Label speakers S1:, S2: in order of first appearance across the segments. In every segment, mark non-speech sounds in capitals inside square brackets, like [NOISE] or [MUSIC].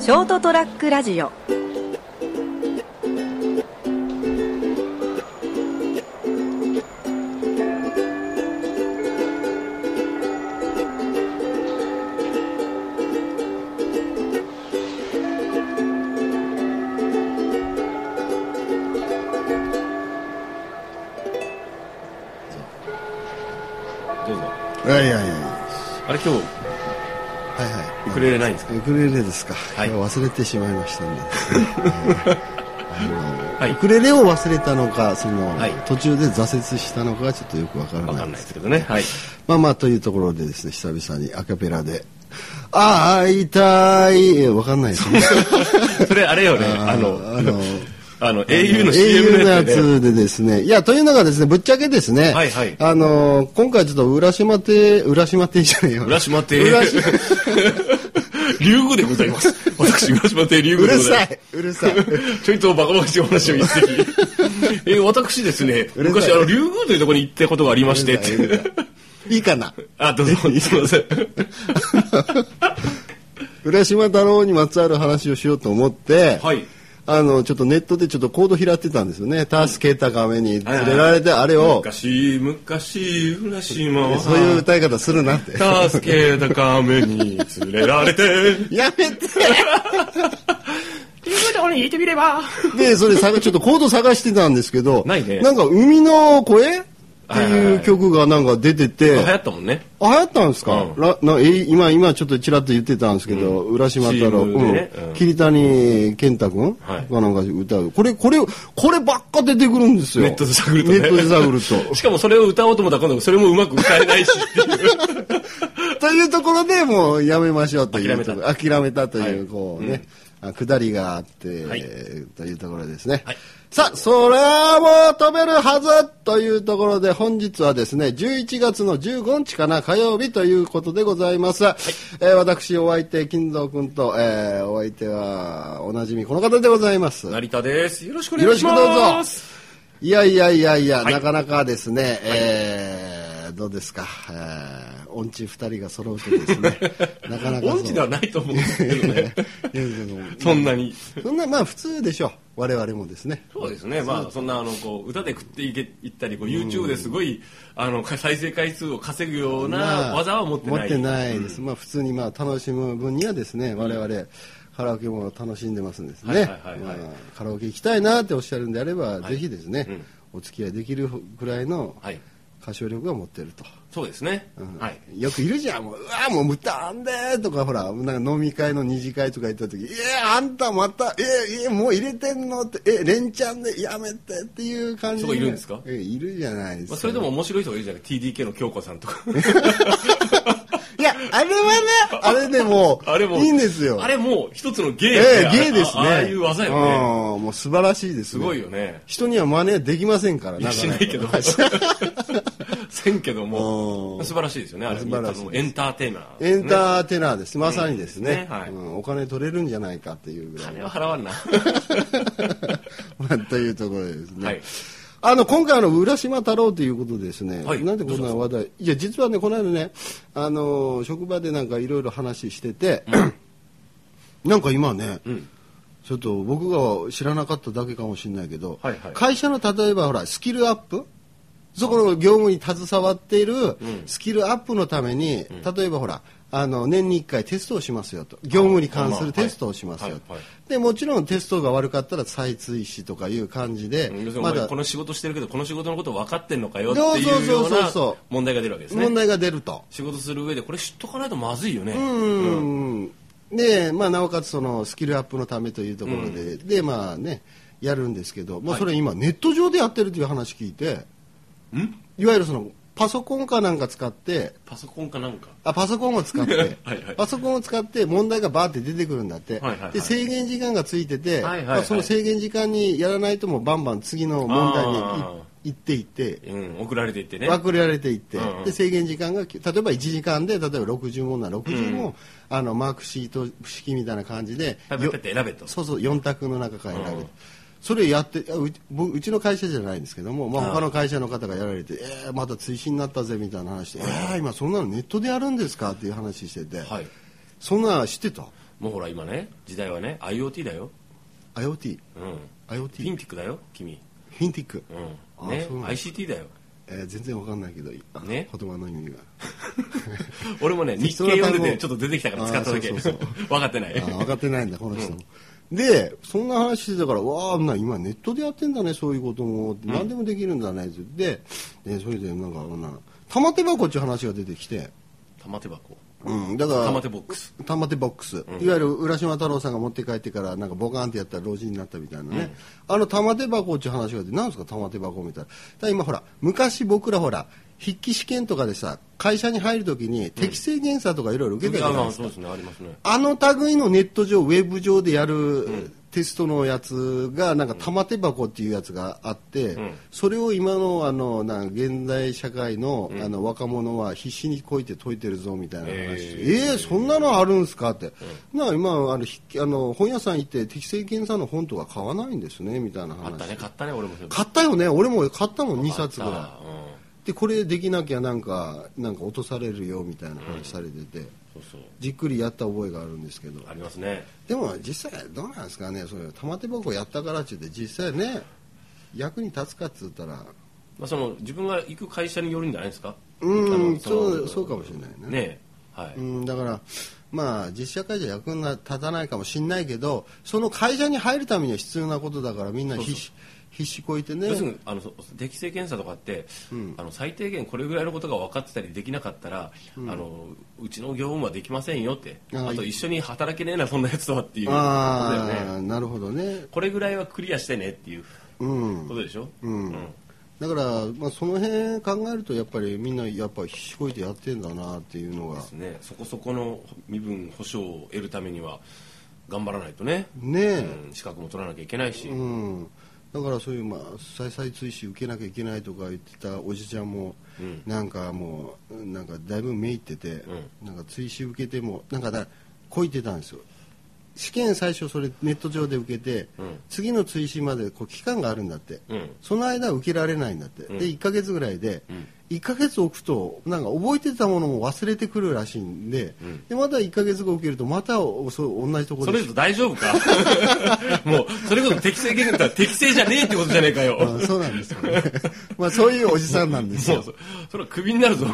S1: ショートトラックラジオ
S2: どうぞ
S3: いやいやいや
S2: あれ今日
S3: はいはい
S2: ウクレレないんですか
S3: ウクレレですか、
S2: い
S3: 今日忘れてしまいましたね、
S2: はい
S3: ウクレレを忘れたのかその、
S2: はい
S3: 途中で挫折したのかちょっとよくわから
S2: わ
S3: な
S2: か
S3: い
S2: ん
S3: で
S2: ないですすけどねはい
S3: まあまあというところでですね久々にアカペラで「ああ痛い」わかんないですね
S2: それあれよね [LAUGHS] あの
S3: あの
S2: あの au の
S3: au
S2: CM の
S3: のや
S2: やつね
S3: つでですね。いや、というのがですね、ぶっちゃけですね。
S2: はいはい
S3: あのー今回ちょっと浦島亭、浦島亭じゃねえよ。
S2: 浦島亭 [LAUGHS]
S3: 浦島
S2: 竜宮でございます私浦島亭竜
S3: う
S2: 宮で
S3: る
S2: ござ
S3: さ
S2: います
S3: い、うるさい。
S2: ちょいとバカバカしいお話を一
S3: [LAUGHS]
S2: 席え私ですね
S3: うるさい
S2: 昔あの竜宮というところに行ったことがありまして
S3: うるさい [LAUGHS] いいかな。
S2: あどうぞすいません
S3: 浦島太郎にまつわる話をしようと思って、
S2: はい
S3: あのちょっとネットでちょっとコード拾ってたんですよね「助けた亀に連れられてあれを」
S2: 昔昔浦島は
S3: そういう歌い方するなって
S2: 助けた亀に連れられ
S3: [LAUGHS]
S2: て
S3: やめて
S2: 竜宮ところに行ってみれば
S3: でそれ探ちょっとコード探してたんですけど
S2: ないね
S3: んか「海の声」って
S2: はいはい
S3: い
S2: は
S3: う
S2: い
S3: 曲がなんか出てて、
S2: 流行ったもんね
S3: あ流行ったんですか、
S2: うん
S3: らなえ今今ちょっとちらっと言ってたんですけど、浦島太郎、
S2: CM でね
S3: うん
S2: うん
S3: 桐谷健太君
S2: はい
S3: がなんか歌う、これこれこればっか出てくるんですよ
S2: ネットで探ると、ね、
S3: ネットで探
S2: [LAUGHS]
S3: ると
S2: しかもそれを歌おうと思ったら今度それもうまく歌え
S3: [LAUGHS]
S2: ないしっていう
S3: というところでもうやめましょうという
S2: 諦め
S3: 諦めたという、
S2: はい
S3: こうね、あ下りがあって、
S2: はい
S3: というところですね、
S2: はい
S3: さあそれはもう止めるはずというところで本日はですね11月の15日かな火曜日ということでございます、えー私お相手金蔵君と、えーお相手はおなじみこの方でございます
S2: 成田ですよろしくお
S3: よ
S2: 願
S3: ろ
S2: い
S3: し
S2: し
S3: く
S2: ま
S3: どうぞ
S2: す。
S3: いやいやいやいや、
S2: はい
S3: なかなかですね、えーどうですか、えー音痴二人が揃うとで
S2: [LAUGHS]
S3: すね、なかなかそう
S2: 音痴ではないと思うんですけどね
S3: いやいやでも
S2: そんなに
S3: そんな、まあ普通でしょう。我々もですね。
S2: そうですね、まあ、そんなあのこう歌で食っていけいったりこう YouTube ですごいあのか再生回数を稼ぐよう
S3: ま
S2: な
S3: あ
S2: 技は持ってない,、
S3: です。まあ普通にまあ楽しむ分にはですね、我々、カラオケも楽しんでますんですね。
S2: はいはいはいはい
S3: まあカラオケ行きたいなっておっしゃるんであれば、ぜひですね、
S2: うん
S3: お付き合いできるぐらいの
S2: はい、
S3: 歌唱力が持ってると。
S2: そうですね、はい
S3: よくいるじゃん、もう、うわーもう歌あんでーとか、ほら、なんか飲み会の二次会とか行った時、えー、あんたまた、えー、えー、もう入れてんのって、えー、連チャンでやめてっていう感じ
S2: そういるんですか
S3: えーいるじゃないですか。
S2: まあ、それでも面白い人がいるじゃない TDK の京子さん
S3: [LAUGHS]
S2: とか
S3: いや、あれは
S2: [LAUGHS]
S3: ね、あれでも、
S2: あれも
S3: いいんですよ。
S2: あれも一つの芸
S3: え
S2: やね
S3: ー、芸ですね。
S2: あああいう技よね
S3: うんもう素晴らしいです、
S2: すごいよ。ね
S3: 人には真似できませんから、
S2: いやしないけどせんけど
S3: う
S2: も
S3: ん
S2: 素晴らしいですよねあれ
S3: 素晴らしい
S2: あのエンターテイナー
S3: エン
S2: ー
S3: ターテイナーです。まさにですね。
S2: うんねはい
S3: うんお金取れるんじゃないかっていうぐらい [LAUGHS]
S2: 金。は払わんな
S3: まあ、というところでですね。
S2: はい
S3: あの今回あの浦島太郎ということでですね、
S2: はい
S3: なんでこんな話題いや実はねこの間ねあのー職場でなんかいろいろ話してて、なんか今ね、
S2: うん
S3: ちょっと僕が知らなかっただけかもしれないけど、
S2: はいはい
S3: 会社の例えばほらスキルアップそこの業務に携わっている
S2: ん
S3: スキルアップのために、例えばほらあの年に1回テストをしますよと業務に関するテストをしますよと
S2: はいはい
S3: でもちろんテストが悪かったら再追試とかいう感じで、
S2: 要するにお
S3: ま
S2: 前
S3: だ
S2: この仕事してるけどこの仕事のこと分かってんのかよって
S3: そう
S2: いう
S3: そ
S2: よ
S3: う
S2: う
S3: そうそう
S2: な
S3: そう
S2: 問題が出るわけです
S3: 問
S2: ね
S3: 題が出ると。
S2: 仕事する上でこれ知っとかないとまずいよね
S3: うんでまあ、なおかつそのスキルアップのためというところで,、でまあね、やるんですけど、まあ、それ今、ネット上でやってるという話聞いて、
S2: ん
S3: い、わゆるそのパソコンかなんか使って
S2: パソコンかなんか
S3: あパソコンを使って
S2: はいはい
S3: パソコンを使って問題がバーって出てくるんだっ
S2: は
S3: て、
S2: いはいはい
S3: で制限時間がついてて、
S2: はいはいはい
S3: まあその制限時間にやらないともうバンバン次の問題にい
S2: あ
S3: 行っていって。
S2: うん送られていってね
S3: 分けられていって、
S2: うんうん
S3: で制限時間が例えば1時間で例えば60問なら60問、あのマークシート式みたいな感じで
S2: ペペペって選べと
S3: そうそう4択の中から選べる、
S2: うん
S3: それやってあう僕うちの会社じゃないんですけども、まあ、
S2: はい
S3: 他の会社の方がやられて、えーまた追伸になったぜみたいな話で、えー今そんなのネットでやるんですかっていう話してて、
S2: はい
S3: そんなの知ってた
S2: もうほら今ね時代はね IoT だよ、うん、
S3: IoT
S2: フィ
S3: IoT
S2: ンティックだよ君、
S3: フィンティック、
S2: うん
S3: あ
S2: ね、
S3: そうなんだ
S2: ICT だよ
S3: えー全然わかんないけど、あの
S2: ね
S3: 言葉の意味が
S2: 俺もね
S3: [LAUGHS]
S2: 日
S3: 適当
S2: 経
S3: な単語
S2: 読んでてちょっと出てきたから使っただけ
S3: あーそうそうそう
S2: [LAUGHS] 分かってない
S3: あー分かってないんだこの人も、でそんな話してたからわあな今ネットでやってんだねそういうことも、何でもできるんだねって言ってでそれでなんかな玉手箱っていう話が出てきて、
S2: 玉手箱
S3: うん、だから
S2: 玉手ボックス
S3: 玉手ボックス、いわゆる浦島太郎さんが持って帰ってからなんかボカーンってやったら老人になったみたいなね、あの玉手箱っていう話があって何ですか玉手箱みたいなだから今ほら昔僕らほら筆記試験とかでさ会社に入るときに適正検査とかいろいろ受けてたじ
S2: あ
S3: ゃない
S2: ま
S3: で
S2: あ
S3: すか、
S2: そうですねありますね
S3: あの類のネット上ウェブ上でやる、テストのやつがなんか玉手箱っていうやつがあって、
S2: ん
S3: それを今のあのなんか現代社会の,、あの若者は必死にこいて解いてるぞみたいな話で、
S2: え
S3: えーそんなのあるんすかって、なんか今あのひあの本屋さん行って適正検査の本とか買わないんですねみたいな
S2: あった
S3: 話
S2: ね買ったね俺もそれ
S3: 買ったよね俺も買ったもん2冊ぐらい
S2: あったうん
S3: でこれできなきゃなんかなんか落とされるよみたいな話されてて、
S2: そうそう
S3: じっくりやった覚えがあるんですけど
S2: ありますね
S3: でも実際どうなんですかねそれ玉手箱やったからって言って実際ね役に立つかっつったら
S2: まあその自分が行く会社によるんじゃないですか
S3: うん
S2: あのの
S3: そうそうかもしれないね
S2: ねはい
S3: うんだからまあ実社会じゃ役に立たないかもしれないけどその会社に入るためには必要なことだからみんな必死必死こいてね
S2: 要するにあのそ適正検査とかって、あの最低限これぐらいのことが分かってたりできなかったら、あのうちの業務はできませんよって
S3: あー
S2: あと一緒に働けねえなそんなやつとはっていうことだよ
S3: あ
S2: ね
S3: あなるほどね
S2: これぐらいはクリアしてねっていう
S3: うん
S2: ことでしょ、
S3: うんだから、まあ、その辺考えるとやっぱりみんなやっぱ必死こいてやってんだなっていうのが
S2: ですね、そこそこの身分保障を得るためには頑張らないとね、
S3: ねえ、
S2: うん資格も取らなきゃいけないし、
S3: うん、だからそういう、まあ、再々追試受けなきゃいけないとか言ってたおじちゃんも、
S2: うん
S3: なんかもうなんかだいぶめいってて、なんか追試受けてもなんかだこいてたんですよ試験最初それネット上で受けて、
S2: うん
S3: 次の追試までこう期間があるんだって、
S2: うん
S3: その間受けられないんだって、
S2: ん
S3: で1ヶ月ぐらいで、
S2: ん
S3: 1ヶ月置くとなんか覚えてたものも忘れてくるらしいんで,、でまた1ヶ月後受けるとまたおそう同じところ
S2: そ
S3: で
S2: れ以上大丈夫
S3: [LAUGHS]
S2: かもうそれこそ適正検査は適正じゃねえってことじゃねえかよ
S3: あそうなんですよね。 [LAUGHS] まあそういうおじさんなんです
S2: そう
S3: よ。
S2: そうそれはクビになるぞ、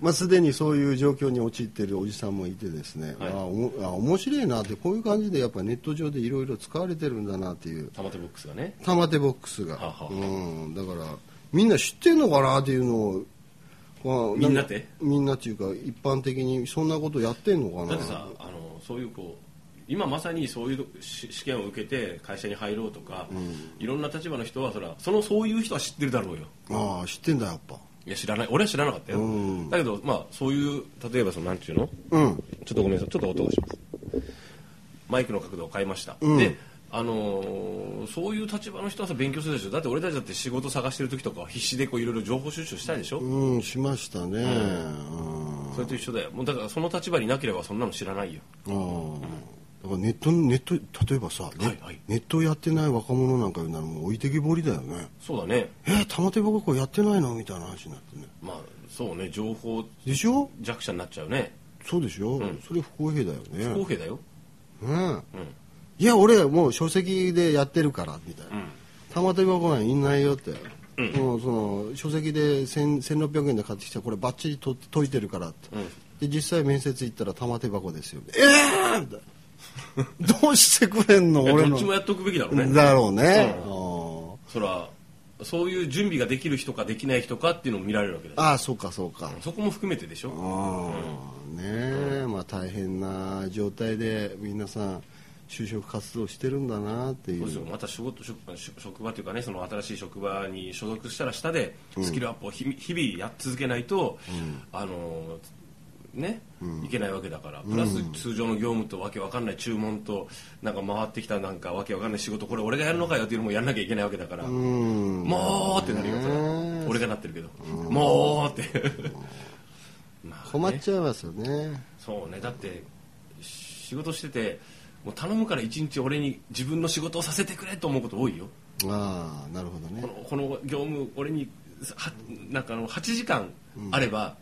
S3: まあすでにそういう状況に陥っているおじさんもいてですね、
S2: はい
S3: あおもあ面白いなってこういう感じでやっぱネット上でいろいろ使われてるんだなっていう
S2: 玉手ボックスがね
S3: 玉手ボックスが
S2: はは
S3: うんだからみんな知ってんのかなっていうのをまあ
S2: みんなって
S3: みんなっていうか一般的にそんなことやってんのかな
S2: だってさあのそういうこう今まさにそういうし試験を受けて会社に入ろうとか、いろんな立場の人はそらそのそういう人は知ってるだろうよ
S3: ああ知ってんだやっぱ
S2: いや知らない俺は知らなかったよ、
S3: うん
S2: だけどまあそういう例えばそのなんていうの
S3: うん
S2: ちょっとごめんなさい、ちょっと音がします。マイクの角度を変えました。
S3: うん
S2: で、あのーそういう立場の人はさ勉強するでしょ。だって俺たちだって仕事探してる時とかは必死でこういろいろ情報収集したいでしょ。
S3: うんしましたね
S2: それと一緒だよ。もうだからその立場になければそんなの知らないよ。
S3: うんだからネットネット例えばさ、ね
S2: はいはい
S3: ネットをやってない若者なんかいうならもう置いてきぼりだよね
S2: そうだね。
S3: えー、玉手箱やってないのみたいな話になってね
S2: まあそうね、情報
S3: でしょ
S2: 弱者になっちゃうね。
S3: そうでしょ、それ不公平だよね
S2: 不公平だよ。
S3: うんいや俺もう書籍でやってるからみたいな、玉手箱なんかいんないよって、もうその書籍で1000 1600円で買ってきたこればっちりと解いてるからって、で実際面接行ったら玉手箱ですよええーみたいなどうしてくれんの
S2: いや
S3: 俺
S2: ど
S3: の
S2: っちもやっておくべきだろうね。
S3: だろうね、
S2: う
S3: あ
S2: そら、そういう準備ができる人かできない人かっていうのも見られるわけだよ
S3: あああそうかそうか
S2: そこも含めてでし
S3: う
S2: ょ。
S3: んねえ、まあ大変な状態で皆さん就職活動してるんだなってい
S2: そううですよまた仕事職職職場というかねその新しい職場に所属したら下でスキルアップを日々日々やっ続けないと、あのね、いけないわけだからプラス通常の業務とわけわかんない注文となんか回ってきたなんかわけわかんない仕事これ俺がやるのかよっていうのもやんなきゃいけないわけだから、
S3: うん
S2: もうってなるよそれ
S3: ね
S2: 俺がなってるけど、もうってまあね
S3: 困っちゃいますよね
S2: そうねだって仕事しててもう頼むから一日俺に自分の仕事をさせてくれと思うこと多いよ
S3: ああなるほどね
S2: このこの業務俺にはなんかあの8時間あれば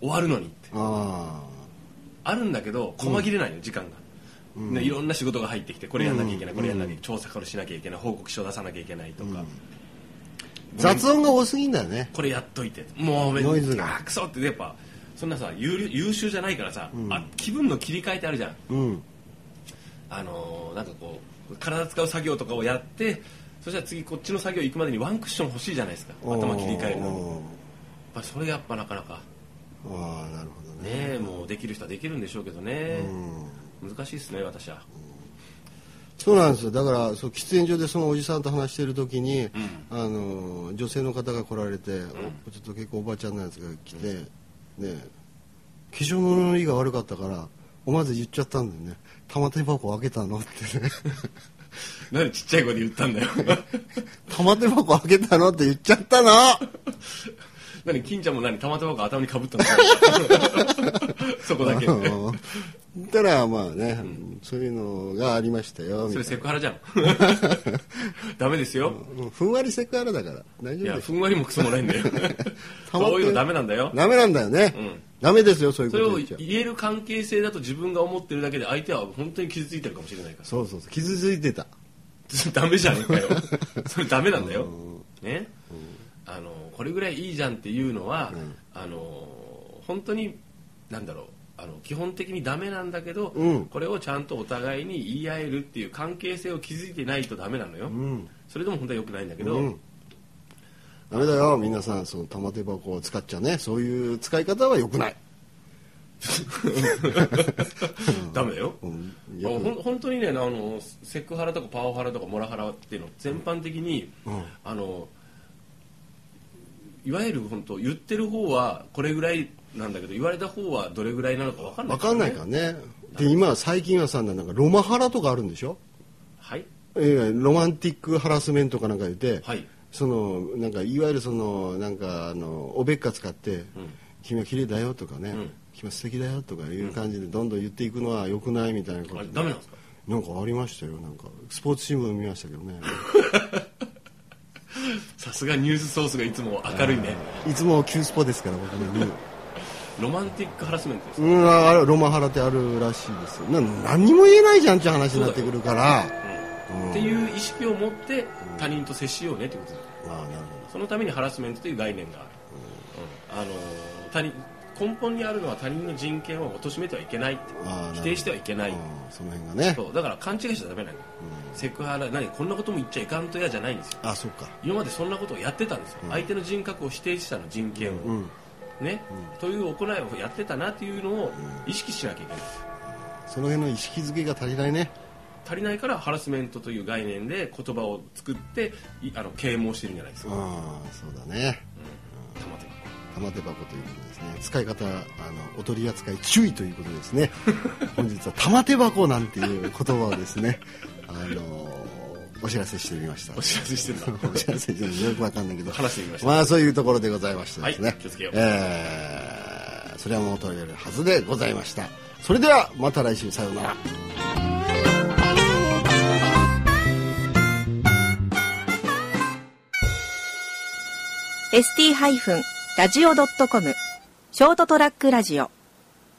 S2: 終わるのにって、
S3: ああ
S2: あるんだけど細切れないの時間が、ね、いろんな仕事が入ってきてこれやんなきゃいけない、これやんなきゃいけない調査からしなきゃいけない報告書出さなきゃいけないとか、
S3: 雑音が多すぎんだよね
S2: これやっといてもう
S3: ノイズが
S2: あークソってやっぱそんなさ優優秀じゃないからさ、あ気分の切り替えってあるじゃん
S3: うん
S2: あのーなんかこう体使う作業とかをやってそしたら次こっちの作業行くまでにワンクッション欲しいじゃないですか頭切り替えるのにやっ
S3: お
S2: ぱりそれがやっぱなかなか
S3: ーあーなるほどね
S2: ねもうできる人はできるんでしょうけどね、難しいですね私は、 [LAUGHS]
S3: そうなんですよだからそう喫煙所でそのおじさんと話している時に、あの女性の方が来られて、おちょっと結構おばちゃんのやつが来て、ね化粧のりが悪かったから思わず言っちゃったんだよね玉手箱開けたのってね [LAUGHS]
S2: なんでちっちゃい声で言ったんだよ [LAUGHS]
S3: 玉手箱開けたのって言っちゃっ
S2: [LAUGHS]
S3: たの
S2: 何金ちゃんも何たまたま頭にかぶったの [LAUGHS] そこだけ
S3: うん言ったらまあね、そういうのがありました
S2: そ
S3: よみたい
S2: れ
S3: な
S2: セクハラじゃん
S3: [LAUGHS]
S2: ダメですよ、
S3: うんふんわりセクハラだから大
S2: い
S3: 丈夫
S2: や
S3: です
S2: ふんわりもクソもないんだ
S3: [LAUGHS]
S2: よそういうのダメなんだよ
S3: ダメなんだよね、
S2: ん
S3: ダメですよそういう
S2: そ
S3: こ
S2: れ
S3: と
S2: を
S3: 言っちゃう
S2: 言える関係性だと自分が思ってるだけで相手は本当に傷ついてるかもしれないから
S3: そうそうそう傷ついてた
S2: [LAUGHS] ダメじゃねえ
S3: [LAUGHS]
S2: かよそれダメなんだよ、ねあのこれぐらいいいじゃんっていうのは、あの本当になんだろうあの基本的にダメなんだけど、
S3: うん
S2: これをちゃんとお互いに言い合えるっていう関係性を築いてないとダメなのよ、
S3: ん
S2: それでも本当は良くないんだけど、
S3: うんダメだよ皆さんその玉手箱を使っちゃねそういう使い方は良くない
S2: [LAUGHS] ダメだよ、
S3: ん
S2: あほん本当にねあのセクハラとかパワハラとかモラハラっていうの全般的に、あのいわゆる本当言ってる方はこれぐらいなんだけど言われた方はどれぐらいなのか分かんない
S3: 分かんないからねで今最近はさなんかロマハラとかあるんでしょ
S2: はい
S3: いやいやロマンティックハラスメントかなんか言って、
S2: はい
S3: そのなんかいわゆるそのなんかあのおべっか使って、君は綺麗だよとかね、
S2: ん
S3: 君は素敵だよとかいう感じでどんどん言っていくのは良くないみたいなこと
S2: あれダメなんですか
S3: なんかありましたよなんかスポーツ新聞見ましたけどね
S2: さすがニュースソースがいつも明るいね
S3: いつも旧スポですから僕の見る
S2: ロマンティックハラスメントです、
S3: うんあれロマハラってあるらしいですよな何にも言えないじゃんっていう話になってくるから
S2: うんっていう意識を持って他人と接しようねってことだ
S3: ああなる
S2: そのためにハラスメントという概念がある、うんあの他人根本にあるのは他人の人権を貶めてはいけないって
S3: ほどああなるほど
S2: 否定してはいけない、
S3: うんその辺がね
S2: そうだから勘違いしちゃダメなんだよ、セクハラ何こんなことも言っちゃいかんとやじゃないんですよ
S3: あそうか
S2: 今までそんなことをやってたんですよ、相手の人格を否定してたの人権を、
S3: うん
S2: ねという行いをやってたなっていうのを意識しなきゃいけない
S3: その辺の意識づけが足りないね
S2: 足りないからハラスメントという概念で言葉を作っていあの啓蒙してるんじゃないですか、
S3: ああそうだね
S2: たまたま
S3: 玉手箱ということですね使い方あのお取り扱い注意ということです
S2: [LAUGHS]
S3: ね本日は玉手箱なんていう言葉をですねあのお知らせしてみました
S2: お知らせしてるな
S3: お知らせじゃないよくわかんないけど
S2: 話してみました
S3: まあそういうところでございましてですね、
S2: はい気をつけよう
S3: えーそれはもう取り上げるはずでございましたそれではまた来週さようなら
S1: ー ST-radio.com ショートトラックラジオ